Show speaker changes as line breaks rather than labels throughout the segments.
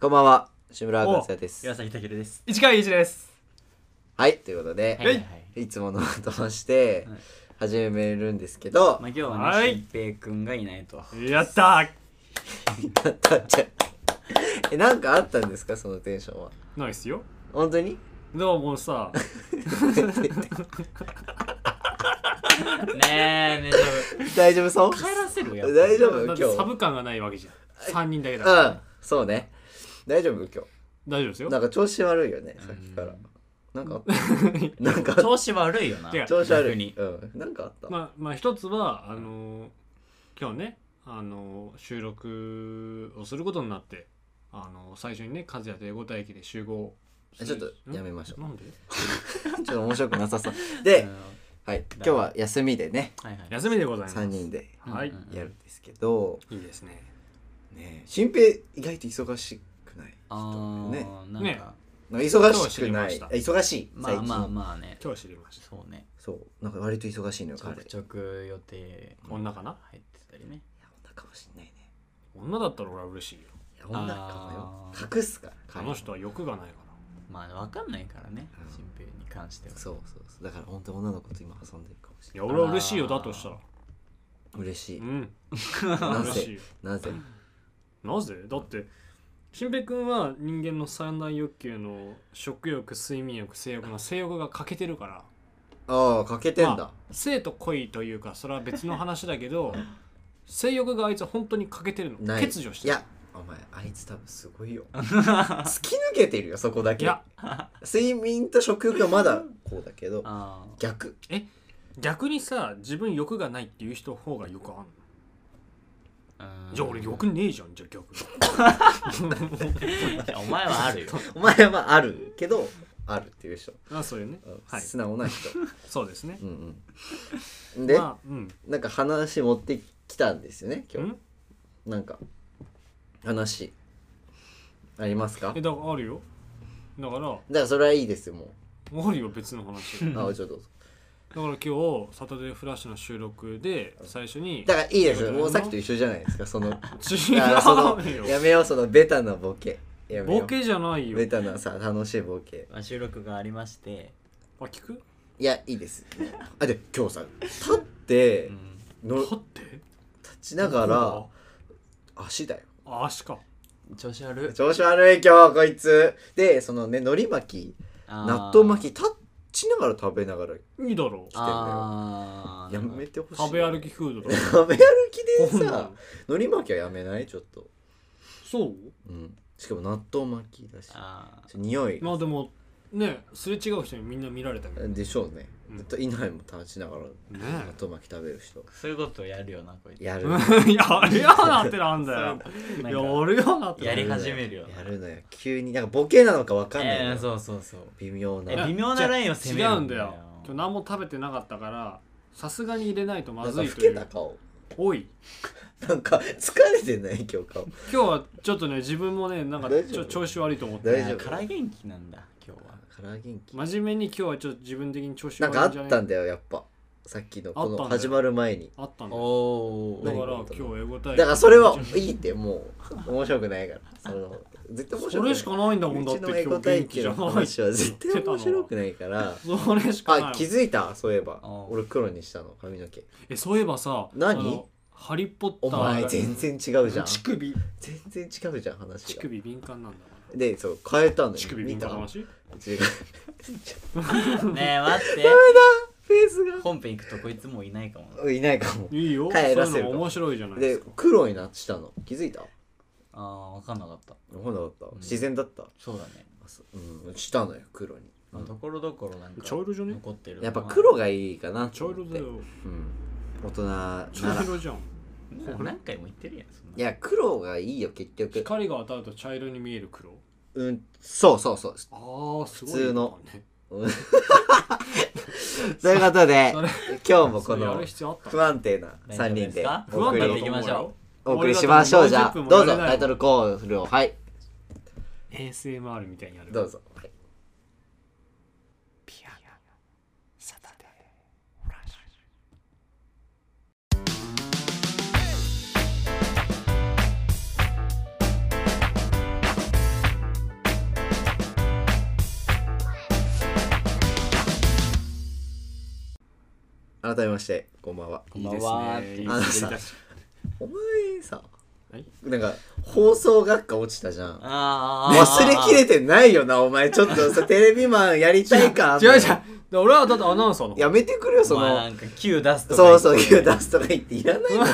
こんばんは、志村和也です。
岩崎武です。
市川雄一です
はい、ということで、
は
い、
いはいはい。
つものとして
はい
始めるんですけど
まあ、、今日は
は
ね、
い
新平くんがいないと。
やった
だった んじゃえ、なんかあったんですか、そのテンションは。
ーないっすよ
本当に
でももうさ
ねえ、ねえ、
大丈夫そう
帰らせるよ。
大丈夫
だ
今
っ
日。
てサブ感がないわけじゃん3人だけだから
うん、そうね。大丈夫今
大丈夫です
日。
よ
なんか調子悪いよね、さっきから。なんかあったなんかあっ
調子悪いよな。
違う
た、調子悪
逆
い
に。。
うん、なんかあった。
まあまあ一つはあのー今日ねあのー収録をすることになってあのー最初にね和也と英語大駅で集合す
え
る
ちょっとやめましょうん
なんで
ちょっと面白くなさ そう。
う
で
ん、
はい、今日は休みでね、
はいはい。
休みでございます
3人で
はい
うんうんうん
やるんですけど、
いいですね
ね新平意外と忙しくない人
あ
なんだよね
ー、なん
ね
か、
なんか忙
そう
し
知
く
り
な
ま
い
した
あ忙しい
ま
最
あ
近、
まあまあね。
今日知りまし
そうね。
そうなんか割と忙しいのよ
ちょ
彼い
くちょく予定。
た女かな
入ってたりね。
や女かもしんないね
女だったら俺は嬉しいよ
いや女かも
あ
よ隠すから
あ
彼
の人は欲がないか
まあ、わかんないからね
うん。
新平に関しては。
そうそうそうだから本当女の子と今遊んでるかもし
ら
れ
いや俺は嬉しいよだとしたら
ない嬉しい
うん
な
嬉しい
ぜ
よ
なぜ
なぜだって新平君は人間の三大欲求の食欲睡眠欲性欲の性欲が欠けてるから
ああ欠けてんだ
まあ性と恋というかそれは別の話だけど性欲があいつは本当に欠けてるの
ない
欠如して
い
る
やお前あいつ多分すごい よ突き抜けてるよそこだ
い
け
や
睡眠と食欲はまだこうだ けど
ああ。
逆
逆にさ自分欲がないっていう人の方が欲あんの
うん
じゃあ俺欲ねえじゃんじゃ あ逆に
いやお前はあるよ。
お前はまああるけどあるっていう人
あそういうね
うん
はい
素直な 人
そうですね
うんうんで、
まあうん
なんか話持ってきたんですよね今
ん
日なんか話ありますか
え
だか
だからあるよだから
らそれはいいですよも
あるよ別の話
うあちょっと
だから今日サタデーフラッシュの収録で最初に
だからいいですよ
いいことだよ
もうさっきと一緒じゃないですか そのだか
違
らその
う
や
よ
めようそのベタなボケやめよう
ボケじゃないよ
ベタなさ楽しいボケ
まあ収録がありまして。
あ聞く
いやいいですあで今日さ立って
うん
の
立って
立ちながら足だよ
あ足か
調子悪い。
調子悪い今日こいつでそのね海苔巻き納豆巻き
き
立ちながら食べながら
いいだ
ん
ろ
だよ
あー
やめてほしい
食べ歩きフードだ
食べ歩きでさ海苔巻きはやめないちょっと、
そう
うん、しかも納豆巻きだし
あー
匂い
まあでもねすれ違う人にみんな見られたけどね
でしょうね、
うん
ずっと稲荷も立ちながら納
え
豆巻き食べる人
そういうことやるよなこいつ
やる
いやあれやなってなんだ よ
なんか
いやあれ やなって
やり始めるよ
やるのよ急になんかボケなのかわかんないの
え
よ、
ーそうそうそう
微妙
え
な
微妙なラインを攻め
違
る
うんだよ今日何も食べてなかったからさすがに入れないとまず
なん
い
か老
とい
けた
う
顔
おい
なんか疲れてない今日顔
今日はちょっとね自分もねなんか
大
ち
丈
ょ
夫
調子悪いと思っ
い
て
大
や
丈夫
から元気なんだ今日は
から元気
真面目に今日はちょっと自分的に調子
なん
悪
かあ
いんじゃ
っ
ない
たんだよやっぱさっきのこ
あったんだ
の
よ
始まる前に
あったんだよ
お
だ
ー
か
何があ
ら今
った
日
の
英語大
だからそれはいいってもう面白くないからその絶対面白
そ
くない
れしかないんだもんだっ
う
て
ちのエ
今
ゴ
日
体
元気
験
じゃ
の
ない
話は絶対面白くないから
それしかな
あ
い
気づいたそういえば
あー
俺黒にしたの髪の毛
えそういえばさ
何
あのハリー・ポッタ
お
ー
前全然違うじゃん
乳首
全然違うじゃん話
乳
が
首敏感なんだから
でそう変えたのよ
乳首敏
見た
感な話
違う
ねえ待って
フェース が
本編行くとこいつもういないかもない
ないかも
いいよそう
帰
い
ら
う
せる
の面白いじゃないで
です
か
黒になってたの気づいた
あー分かんなかった
ほんなかった
ん
自然だった
そうだね
あそううんしたのよ黒に
まあところどころなんか
茶色じゃね
残ってる
やっぱ黒がいいかな
茶
と思
色
っ
だ
て
よ
うん大人な
茶
ら
色じゃん
な何回も言ってるやんそんない
や黒がいいよ結局
光が当たると茶色に見える黒
うんそうそうそう
あーすごい
普通の
なんかね
ということで
それ
今日もこ
それや
の
る必要あった
不安定な3人で
不
お送
安定だ
り
と思うよ
お送りしましょうじゃあ
俺だともう
どう
40
ぞ
分もやれないもん
タイトルコールをはい
ASMR みたいにやる
どうぞはい
ピアノサタデーフラッシ
「改めましてこんばんは
こんばんはい
いですね
あのさ
いい滑り出し
お前さ
はい
なんか放送学科落ちたじゃん
あー
忘れきれてないよなお前ちょっとさテレビマンやりたいか
違う違うだから俺はだってアナウンサーの
やめてくれよそ
お前な
の
んか Q 出すとか
そうそう
言って
9出すとか言っていらないのよ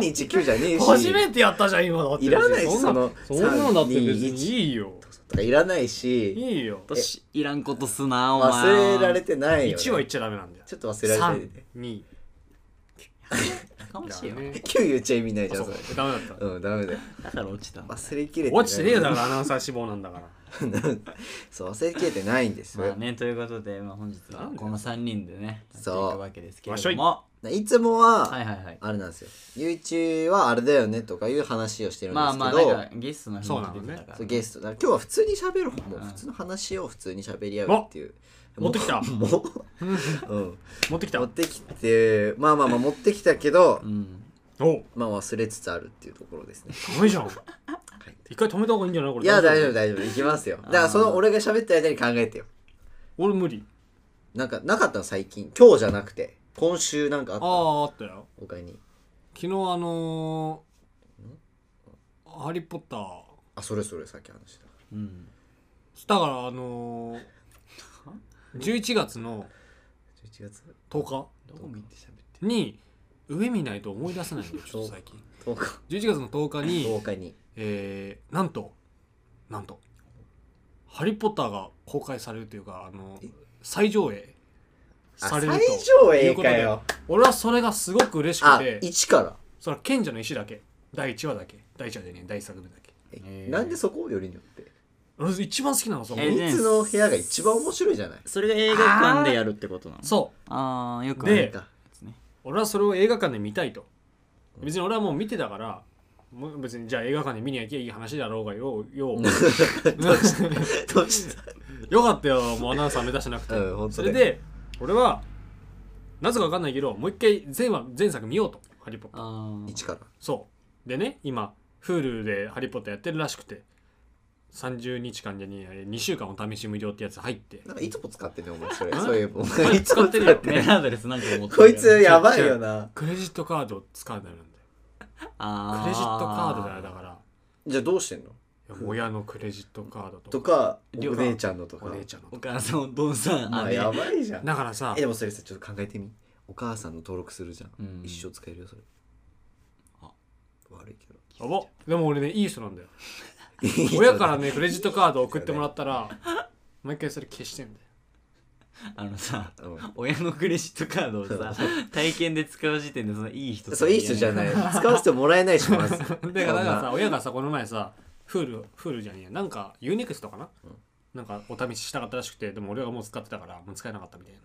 329じゃねえし
初めてやったじゃん今のって
いらないし
そんな
そ
そ
の
んなのだって
321
別にいいよ
とかいらないし
いいよ
私いらんことすなお前
忘れられてないよね
1は言っちゃダメなんだよ
ちょっと忘れられて
3
る
2
かもしれない
9言っちゃ意味ないじ
あ
ゃ
そ
ん
う
それ
ダメだった
うんダメだよ
だから落ちたんだ
忘れきれてない
落ちてねえよだからアナウンサー志望なんだから
そう忘れきれてないんですよ、
まあねということで、まあ、本日はこの3人でねやっていく
そう
わけですけれ
わっしょ
ど
い
も
いつもは、
はいはいはい
あれなんですよ YouTube はあれだよねとかいう話をしてるんで
ますあ
けど、
まあなんかゲストの人
そうなのね
から
そうゲストだから今日は普通に喋ろうもう
うん
普通の話を普通に喋り合うっていう
持って きた
もう、うん、
持ってきた
持
お
ってきてまあまあまあ持ってきたけど、
うん
まあ忘れつつあるっていうところですね
ダメじゃん一回止めた方がいいんじゃないこれ
いや大丈夫大丈夫いきますよだからその俺が喋ってる間に考えてよ
俺無理
なんかなかったの最近今日じゃなくて今週なんかあ
あ
った
ああったよ
他に
昨日あのー「ハリー・ポッター
あそれそれさっき話した
うん」
だからあのー、11月の
11月
10日
どこ見て喋って
に上見ないと思い出せないのよちょっと最近
10日
11月の10日に
10日に
えー、なんとなんと「ハリー・ポッター」が公開されるというかあの
え
再上映
あ
さ
最
れると
上映かよ
俺はそれがすごく嬉し
あ
くて
一から
それは賢者の石だけ第1話だけ第1話でねえ第1作目だけ
え
えー
なんでそこをよりによって
俺一番好きなのそこ、
えー
三つの部屋が一番面白いじゃない
それが映画館でやるってことなの
そう
ああよくある
で
か
やつね
俺はそれを映画館で見たいと別に俺はもう見てたからもう別にじゃあ映画館で見に行きゃいい話だろうがよよ
どうした
よかったよもうアナウンサー目指してなくて、
うん本当
そ
だよ
れで俺はなぜか分かんないけどもう一回前話前作見ようと「ハリー・ポッター
あ
一から」
そうでね今 Hulu で「ハリー・ポッター」やってるらしくて30日間でに2週間お試し無料ってやつ入って
なんかいつも使ってねお前それ
ん
そういえばお
あ
前いつ
使
も
ってる
使っ
よ
て
メールアドレスなんか持ってる
こいつやばいよな
クレジットカードを使うようになるんだよ
あー
クレジットカードだよだから
じゃあどうしてんの
いや親のクレジットカードと
と
か
か
りょ
お
う
姉ちゃんのと
お
か
姉ちゃんの
お母さんお父さん
まあ
姉
やばいじゃん
だからさ
えでもそれさちょっと考えてみお母さんの登録するじゃん、
うん
一生使えるよそれ
あ
悪いけど
やばでも俺ねいい人なんだよ
いい人だ
親からねクレジットカード送ってもらったら毎回それ消してんだよ
あのさ
うん
親のクレジットカードをさ体験で使う時点でそのいい人
そういい人じゃないい使わせてもらえないしまずだか
だからだからさ親がさこの前さフールフールじゃねえやなんかユーネクストかな、なんかお試ししたかったらしくてでも俺がもう使ってたからもう使えなかったみたいな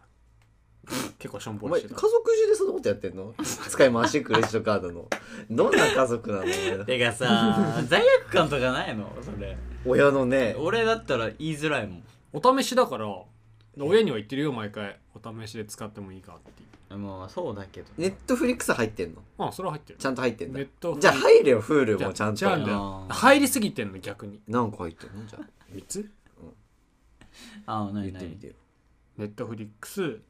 結構しょん
お
ぼり
前
し
家
て
族
た
中でそんなことやってんの使い回しクレジットカードのどんな家族なのお前
てかさ罪悪感とかないのそれ
親のね
俺だったら言いづらいもん
お試しだから親には言ってるよ毎回お試しで使ってもいいかっていう
まあそうだけど
ネットフリックス入ってんの
まあそれは入ってる
ちゃんと入ってんだ
ネット
じゃあ入れよ Hulu もちゃん
じゃあ違うん
と
だ
あ
よ
ー
入りすぎてんの逆に
何個入ってんのじゃあ
3つ
ああな
言
い
っ
な
て
い
みてよ、
ネットフリックス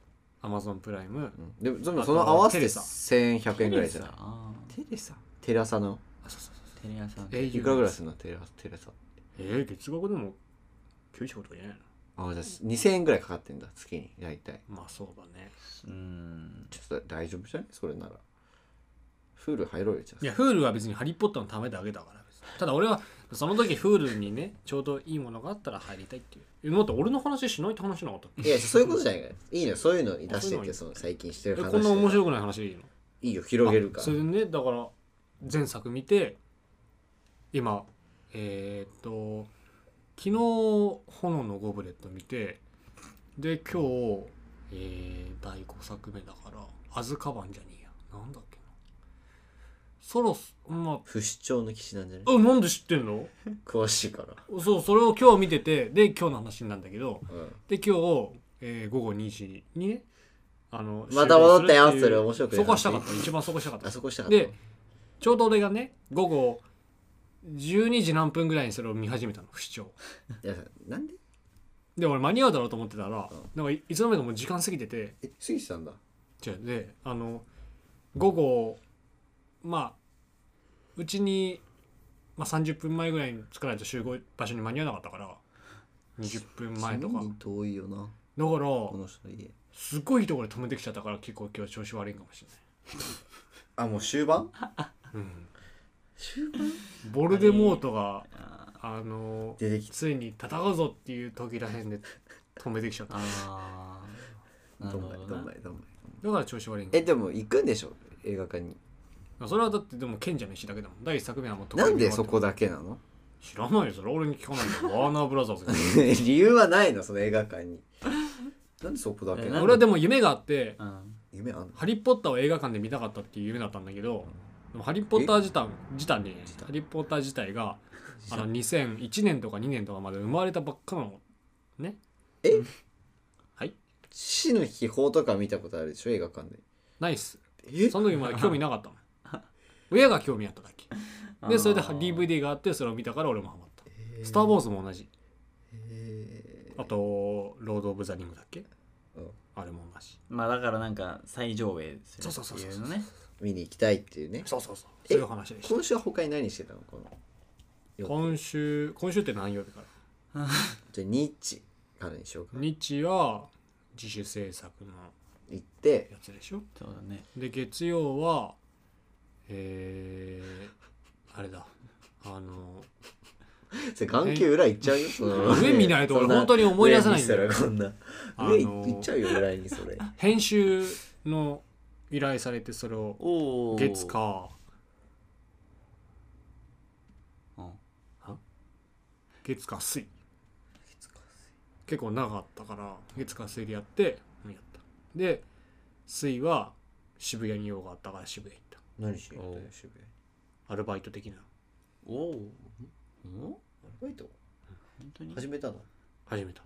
アマゾンプライム
うん、でもでもその合わせて
テレサ
1100円ぐらいじゃない
あ
テレサテラサの
あそうそうそう
ーテレ朝
え
いくらぐらいするのテラテレサ
えー、月額でも95とかじゃない
あじゃあ2000円ぐらいかかってんだ月に大体
のまあそうだね
うん
ちょっと大丈夫じゃないそれならフール入ろうよじゃ
いや Hulu は別に「ハリー・ポッター」のためだけだから別にただ俺はその時 Hulu にねちょうどいいものがあったら入りたいっていうえ待って俺の話しないって話なかったっ
あいやそういうことじゃないからいいのよそういうのに出して
あそういうのい
て
い
その最近して
け
る話
えこんな面
い
白くない話でいいの
いいよ広げるか
あそれ
ら
でねだから前作見て今えーっと昨日「炎のゴブレット」見てで今日、えー第5作目だから「アズカバン」じゃねえやなんだっけなそろそま
不死鳥の騎士なんじゃな
あ
い
えなんで知ってんの
詳しいから
そうそれを今日見ててで今日の話なんだけど
うん
で今日、えー午後2時にねあの
また戻ったよ
集合するって
それ面白くない
いうそこはしたかった一番そこしたかった
あそこしたかった
でちょうど俺がね午後12時何分ぐらいにそれを見始めたの不死鳥
いやなんで
で俺間に合うだろうと思ってたら
うん
なんかいいつの間にかもう時間過ぎてて
え杉さんだ
じゃあであの午後まあうちに、まあ、30分前ぐらいに着かないと集合場所に間に合わなかったから20分前とかだか
に遠いよなこ
ら
の人の家
すごいところで止めてきちゃったから結構今日調子悪いかもし
あもう終盤
れない、
終盤
ボルデモートが
あ
あの
出てき
ついに戦うぞっていう時らへんで止めてきちゃっ
ー
た
あー
た
な
ど
る
んまい
ほど
どんま
な
いどんまい
だから調子悪いんか
えでも行くんでしょ映画館に
それはだってでも賢者の石だけだもん第一作目はもう特
な
に
んでそこだけなの
知らないよそれ俺に聞かないよワーナーブラザーズ
理由はないのその映画館になんでそこだけ
え
な
なん
の
俺はでも夢があって
うん
夢あんの
ハリー・ポッターを映画館で見たかったっていう夢だったんだけど、でもハリー・ポッター自体、自体ね、ハリー・ポッター自体が、あの、2001年とか2年とかまで生まれたばっかなの。ね。
死の秘宝とか見たことあるでしょ映画館で
ナイス。
え
その時まで興味なか ったの。親が興味あっただけ。で、それで DVD があって、それを見たから俺もハマった。スター・ウォーズも同じ。
え
あと、ロード・オブ・ザ・リングだっけ
うん
あれも同じ。
まあだからなんか最上映する
そうそう
っ
そう
て
そうそう
いうのね
見に行きたいっていうね
そうそうそう。
え
そういう話でした。
今週は他に何してたのこのよ
今週、今週って何曜日から
じゃあ日からにしようか
日は自主制作の
行って
やつでしょ
そうだね
で月曜はえー、あれだあの
それ眼球裏行っちゃうよその
上見ないと俺本当に思い出せないんだよ
上見せたらこんな
あの
上行っちゃうよ裏にそれ
編集の依頼されてそれを
おお
月か月か水結構長かったから月か水でやってやったで水は渋谷に用があったから渋谷行っ
何しよう
おう
渋谷
たアルバイト的な
おお
ア
お
ルバイト
本当に
始めたの
始めた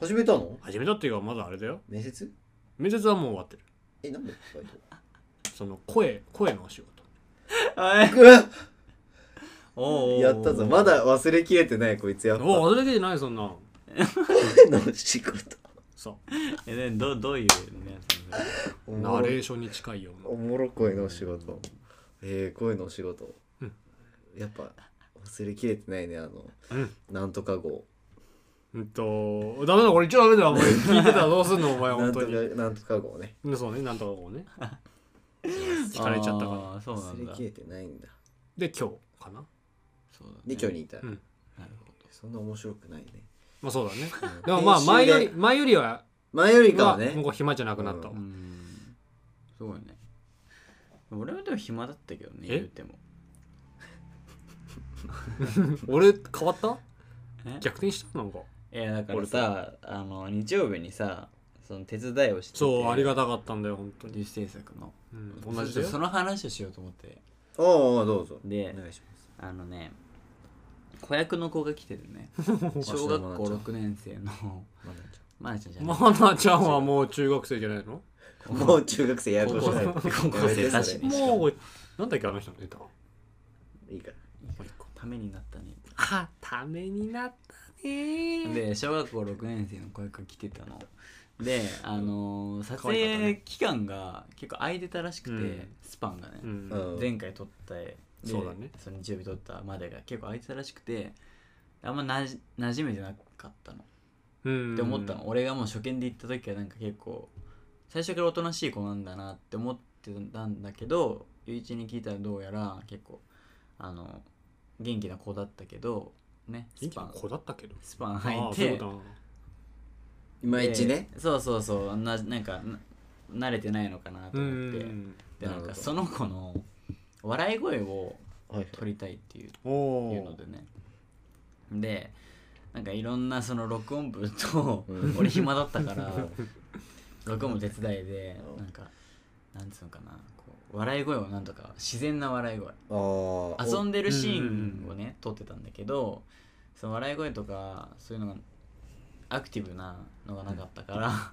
始めたの
始めたっていうかまだあれだよ
面接
面接はもう終わってる
えなんでバイト
その声声のお仕事
お お
やったぞまだ忘れきれてないこいつやっぱ
おおそれだけじゃないそんな
声 の仕事
さ
えでどどういうやつなの
おも
ナ
ろ
レーションに近いような
おもろ声のお仕事えー、声のお仕事、
うん
やっぱ忘れきれてないねあの、
うん
なんとか号
うんと、ダメだ、これ一応ダメだ、お前聞いてたらどうすんの、お前、
なん
本
と
当
か
に。
なんとか号ね
うんそうね、なんとかこうね。聞かれちゃったから。
あーそうなん
忘
だ
れきれてないんだ
で、今日かな。
そうだね
で今日にいた、
うん
なるほ
そんな面白くないね
まあそうだね。
うん
でもまあ、前よ
編
り、
集で
前よりは、
前よりかは
はも
ね
う暇じゃなくなったわ
どう。んすごいね俺はでも暇だったけどね
え
言うても
俺、変わった
え
逆転したなんか。
いやだからさあの日曜日にさその手伝いをしてて
そう、ありがたかったんだよ、本当に。
自主制作の
うん同じだ
そ
よ。
の話をしようと思って
おうおうどうぞ
で
お願いします
あのね子役の子が来て るね小学校6年生の
まなち
まなちゃんじゃない
まなちゃんはもう中学生じゃないの
ゃんもう中学生やるとしない
高校生高校生だしねしか
もう、なんだっけ、あの人のネタ。
いいから
ためになったね
あ、ためになったね。
で小学校6年生の子役が来てたのであのー撮影期間が結構空いてたらしくて、
うん
スパンがね、
うん。
うん
前回撮ったで
そうだね
その日曜日撮ったまでが結構空いてたらしくてあんまなじ馴染めてなかったの
うん
って思ったの、。俺がもう初見で行った時はなんか結構最初からおとなしい子なんだなって思ってたんだけどゆういちに聞いたらどうやら結構あの元気な子だったけどねス
元気
パ
な
ン
子だったけど。
スパン
あ
入
あ、
っ
そう
て
だな。
いまいちね
でそうそうそうななんかな慣れてないのかなと
う
思って
ん。
でなん
なるほ
か
ど
その子の笑い声を
はいはい
取りたいっていう
お
いうの
お
でねでなんかいろんなその録音部と
うん
俺暇だったから 録音部手伝いで
うん
なんかなんつうのかなこう笑い声をなんとか自然な笑い声
あー
遊んでるシーンをね撮ってたんだけどその笑い声とかそういうのがアクティブなのがなかったから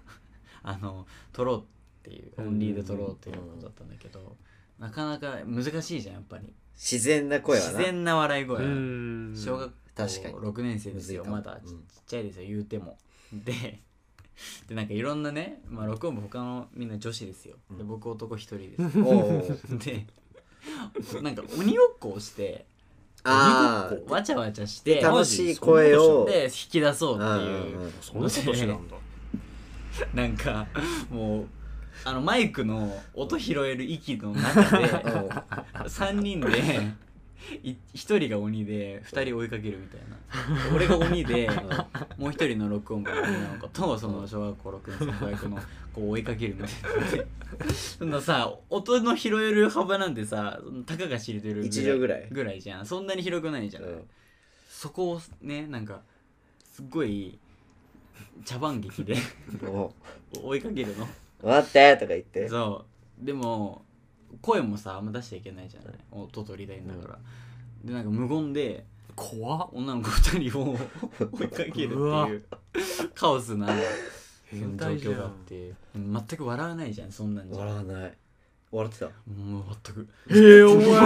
あの撮ろうっていうオンリーで撮ろうっていうことだったんだけどなかなか難しいじゃんやっぱり
自然な声は
自
な
然な笑い声
うん
小学校
確かに
6年生ですよ
むずいかも
まだち
うん
ちっちゃいですよ言うてもで でなんかいろんなね、まあ、録音部他のみんな女子ですよ
う
で
ん
僕男一人
おおう。
ですでなんか鬼ごっこをして
あ
鬼
あ
ごっ。
わちゃわちゃして
マ
楽し
ジ
い声を。
で引き出そうって
うんうん
いううん
そんなことしてたんだ
なんかもうあのマイクの音拾える息の中で
おう
3人で1人が鬼で2人追いかけるみたいな俺が鬼でもう1人の録音部の女の子とその小学校6年生の子役の子を追いかけるみたいなそんなさ音の拾える幅なんてさたかが知れてる
一畳ぐらい
ぐらいじゃんそんなに広くないじゃない、
うん
そこをねなんかすっごい茶番 劇で
おう
追いかけるの
待ってとか言って。
そうでも声もさあんま出しちゃいけないじゃない音取りたいんだから、でなんか無言で
怖っ
女の子2人を追いかけるっていう
うわ
カオスなその
変
状
態じゃん
況があって全く笑わないじゃんそんなんじゃ
笑わない。笑ってた。
もう全く
えー、お前や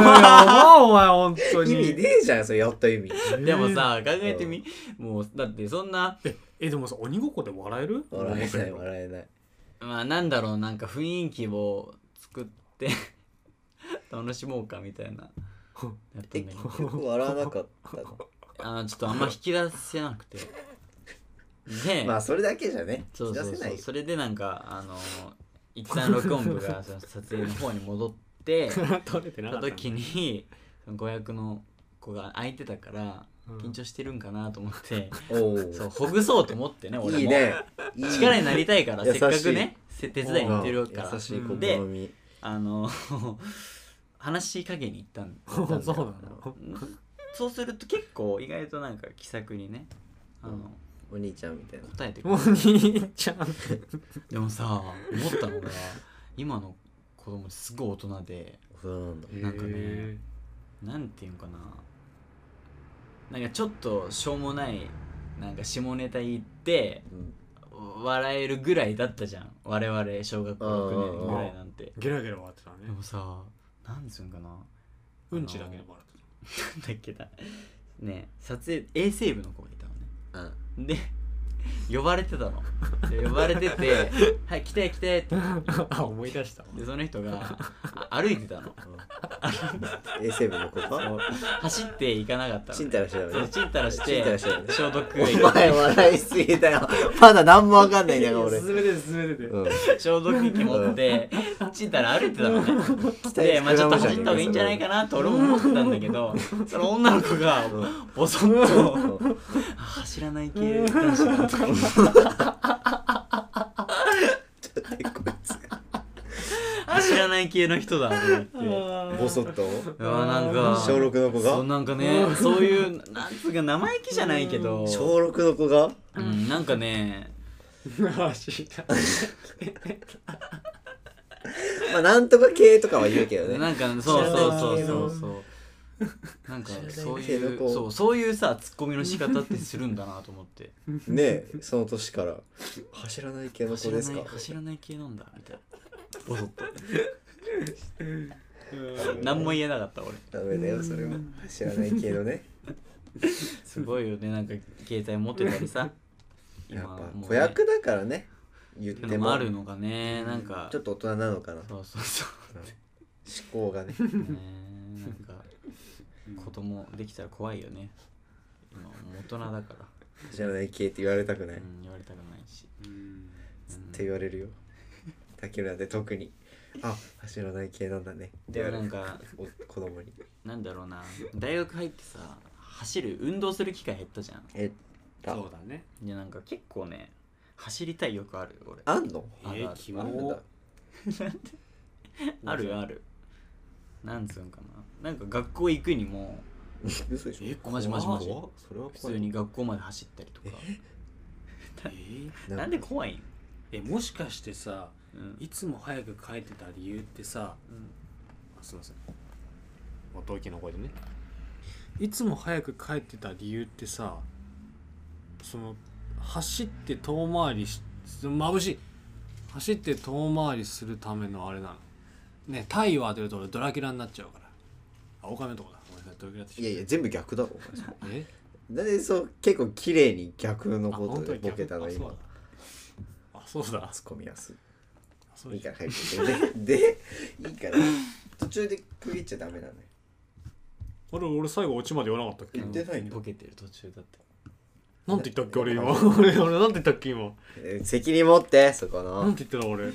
ばお前本当
意味
に
ねえじゃん、それやった意味。
でもさ考えてみもうだってそんな
えでもさ鬼ごっこで笑える
笑 えない、笑えない。
まあなんだろうなんか雰囲気を作って楽しもうかみたいなやった
え
んだけど
結局笑わなかったの。
あーちょっとあんま引き出せなくてで、
まあ、それだけじゃね。
そうそう
出せ
そ
な
う
いよ。
それでなんかあのー一旦録音部がその撮影の方に戻 って
取れてなか
た
ったな
時にその子役の子が空いてたから
うん
緊張してるんかなと思って、
お
そう
う
ほぐそうと思ってね俺も
いいね。いい
力になりたいから
優
せ
し
っ
い
かくねせ手伝いに行ってるから
優しい試
で
み。
あの 話しかけに行ったん
そうなの
行ったんだよそうすると結構意外となんか気さくにねあの、
お兄ちゃんみたいな。
答えてくれ
お
る
兄ちゃん
でもさ思ったのが今の子供ってすごい大人で
そうなんだ。
なんかね
へ
なんていうんかななんかちょっとしょうもないなんか下ネタ言って
うん
笑えるぐらいだったじゃん我々小学校6
うんうんうん
年ぐらいなんて
ーゲラゲラ笑ってた
で
ね
もさなんつうんかな
うんちだけで笑って
なんだっけなね撮影衛生部の子がいたのね
あ
で呼ばれてたので呼ばれて て「はい来て来て」って
たあ思い出したわ
でその人があ歩いてたの
衛生部の子か
走って行かなかったの
チ
ね
ンタラしだよ
そう
ね。
チンタラし
チ
て
ンタラしてたね
消毒
お前笑いすぎだよ。まだ何もわかんないんだから俺。
進めて進めてて
うん。
消毒液持ってチンタラ歩いてたのね
待
でまあちょっと走った方がいいんじゃないかなと俺も思ってたんだけどその女の子がボソッと「走らない系男子だ」と 思って走らない系の人だと思って。
ボ ソッと
うわなんか
小六の子が
そうなんかねそういうなんつうか生意気じゃないけど、
小6の子が
うん、なんかね
走った
まあなんとか系とかは言うけどね。
なんかそうそうそうそう
知ら
そうなんかそう
知らないけど
い
こ
う
う
そうそういうさツッコミの仕方ってするんだなと 思って
ねえ、その年から。走らない系の
走
子
ら
です
な
か
い走らない系なんだみたいな ボソッと
ん
何も言えなかった俺
ダメだよ、それは。走らない系のね。
すごいよねなんか携帯持ってたりさ
やっぱ
もうね
子役だからね。言っ
って
て
のも
も。
あるのがねなんか
ちょっと大人なのかな。思
そうそうそ
考がね。
うねなんか子供できたら怖いよね今もう大人だか
走らない系って言われたくな
ら、
い。
う
っ
ん、言われたくないし、うん
て言われるよ。竹村で特に。あ、走らない系なんだね。って言
で
わ
も
れ
な
る
んか
お子供に。
なんだろうな大学入ってさ走る運動する機会減ったじゃん
えっ
そ
と、
うだね
でなんか結構ね走りたい欲ある俺
あんの
え
あるあ
ー、
る
キ
あるん
モ
だ。
あるあるなんつうんかななんか学校行くにも
嘘でしょ
え
マジマジマジ
怖っ
それは
普通に学校まで走ったりとか
えー
なんで怖いん
えもしかしてさ
うん
いつも早く帰ってた理由ってさあすいませんもう同期の声でねいつも早く帰ってた理由ってさその走って遠回りし眩しい走って遠回りするためのあれなのね太陽当てると俺ドラキュラになっちゃうからあオカメのとこだごめんなさいドラキュラって
いやいや全部逆だろお前それ
え
なんでそう結構綺麗に逆のことで
逆
ボケたの
あそう
今
だそうだ
ツッコみやすい
そう
いい
でし
か
ょ
ら早く ででいいから途中で区切っちゃダメなのよ
あれ俺最後オチまで言わなかったっけ
言ってないよ
ボケてる途中だって
なんて言ったっけ俺今 俺俺なんて言ったっけ今
えー責任持ってそこ
なん
の
て言ってた俺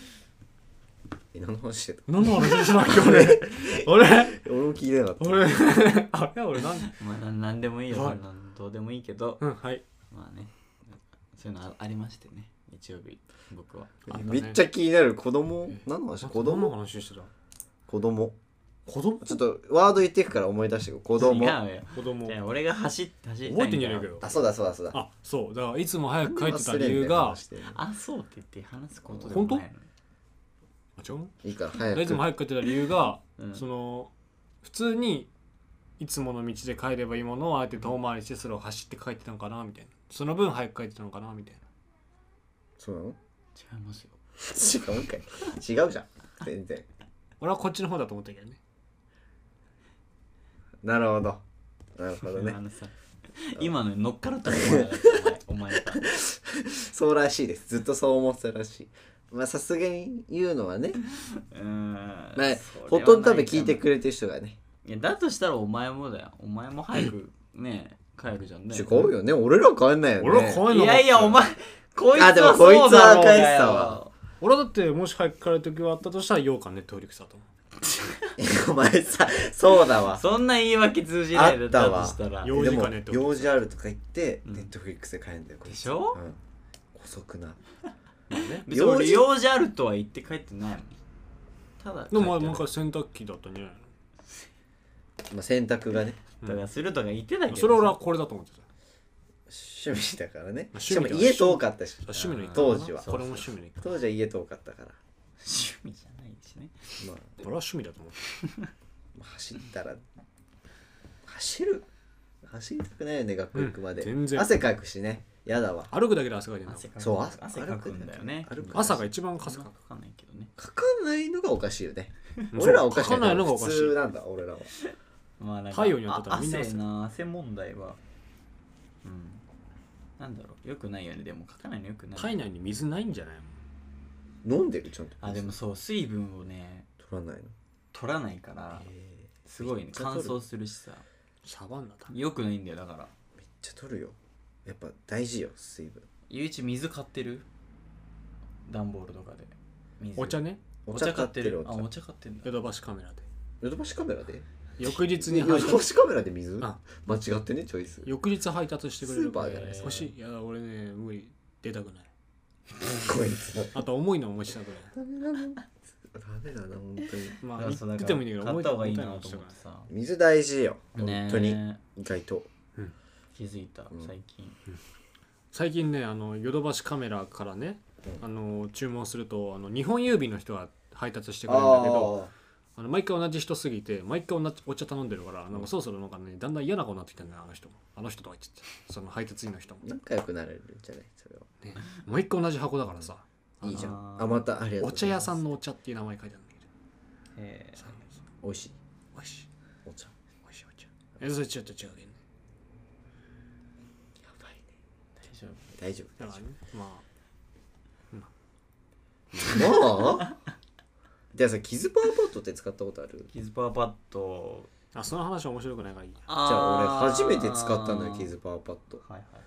井の話してた
何の話しなきゃ俺 俺
俺も聞いてなかった
俺あれ俺なん
まあななんでもいいよ、
はい
そんなんどうでもいいけど
うんはい
まあねそういうのあありましてね日曜日僕は
あったね
めっちゃ気になる子供何の話
なんか
子
どんな
供
話してた
子供
子供
ちょっとワード言っていくから思い出してよ子供
違うよ
子供
じゃあ俺が走って走りたい
覚えてんじゃねえか
よ
よ
あそうだそうだそうだ
あそうだからいつも早く
な
帰
ん
っ
で
て
忘
た
れんだ
理
よ
由が
話してんの
あそうって言って話すことでもないの
あ違うの
いいから
だ
早
からいつ
く
も早く帰ってた理由が
うん
その普通にいつもの道で帰ればいいものをあえて遠回りしてそれを走って帰ってたのかなみたいなその分早く帰ってたのかなみたいな
そうなの
違いますよ
違うんかい違うじゃん全然
俺はこっちの方だと思ったけどね
なるほどなるほどね
あ のさ今の乗っからったらお前お前さ
そうらしいですずっとそう思ってたらしいまあさすがに言うのはね、
うーん
まあ
それは、
ほとんど多分聞い
ない
て
か
くれてる人がね
ないやだとしたらお前もだよお前も早くね帰るじゃんね
違うよね俺ら変わんないよね
俺は変え
いやいやお前こいつ
あでも
は
こいつ
そうだろ
は
うが
帰ってたわ
よ
俺はだってもし早く帰る時があったとしたらようかんネットフリックスだと思
お前さそうだわ
そんな言い訳通じない
あ
だ
った
だ
わ
としたら
う用
で
事
も
かねってこと
用事あるとか言って
うん
ネットフリックスで帰るんだよこいつ
でしょ
うん遅くな
別に
用
俺
事
用事あるとは言って帰ってないもんただ
うでも
帰
な
っ
ん
て
か洗濯機だったんじゃない
まあ洗濯がね
るだからするとか言ってたけど
の
さ
それ俺はこれだと思ってた
趣味だからね
まあ
しかも
趣味だ
家遠かったし
あ趣味の一環
当時は
これも趣味の一環
当時は家遠かったから
趣味じゃないしね
まあ
俺は趣味だと思って
まあ走ったら走る走りたくないよね学校行くまで、
うん全然
汗かくしねやだわ
た歩くだけで汗かいてるんだもん
汗かく
そう汗
汗かくんだよね
歩く
朝が
か
一番汗
汗
か
かかないけどね
かないのがおかしいよね
く
俺らはおかしい
かないのがおかしい
普通なんだ俺らは
まあなんか
太陽に当たったら
あ
みんな汗
汗な汗問題はうんなんだろうよくないよねでも書かないのよくない
体内に水ないんじゃない
飲んでるちゃんと
あでもそう水分をね
取らないの
取らないから
えー
すごいね
めっちゃ
乾
取る
燥するしさ
サバンナだ
よくないんだよだから
めっちゃ取るよやっぱ大事よ水分
ゆういち水買ってる段ボールとかで水
お茶ね
お茶買ってる
お
あ
茶
お茶買ってんだ
ヨドバシカメラで
ヨドバシカメラで
翌日に
ヨ
配
ドバ
達
シカメラで水間
あ
違ってねチョイス
翌日配達してくれる
スーパーじゃないです
か
欲しいいや俺ね無理出たくない
こいつ
あと重いの持ちたくない
ダメだなダメだな本当に
だ
ま
か
あ
ら
見
そうだから
てもいいんだけど
買
重
っ
い
た方がいい
重
な
たの持ち
と
たく
思っ
ない
てさ
水大事よ
ね
本
え
当に意外と
気づいた
うん
最近
最近ねあのヨドバシカメラからね
うん
あの注文するとあの日本郵便の人が配達してく
あ
れるんだけど
ー
あの毎回同じ人すぎて毎回同じお茶頼んでるからなんかそろそろなんかねだんだん嫌な顔になってきたんだよあの人もあの人とは言ってたその配達員の人も、ね、
仲良くなれるんじゃないそれは
毎回同じ箱だからさあの
いいじゃん
あー
あまたありがとう
お茶屋さん
の
のお茶っていう名前書いてあるんだけど
えー
美味しい
おいしい
お茶や
おいしいお茶えそれちょっと違うけどね
ばいね
大丈夫
大丈夫
だからねま
もうじゃあさキズパーパッドって使ったことある
キズパーパッド
ああその話は面白くないからいいや
じ
じ
ゃあ俺初めて使ったんだよキズパーパッド
はいは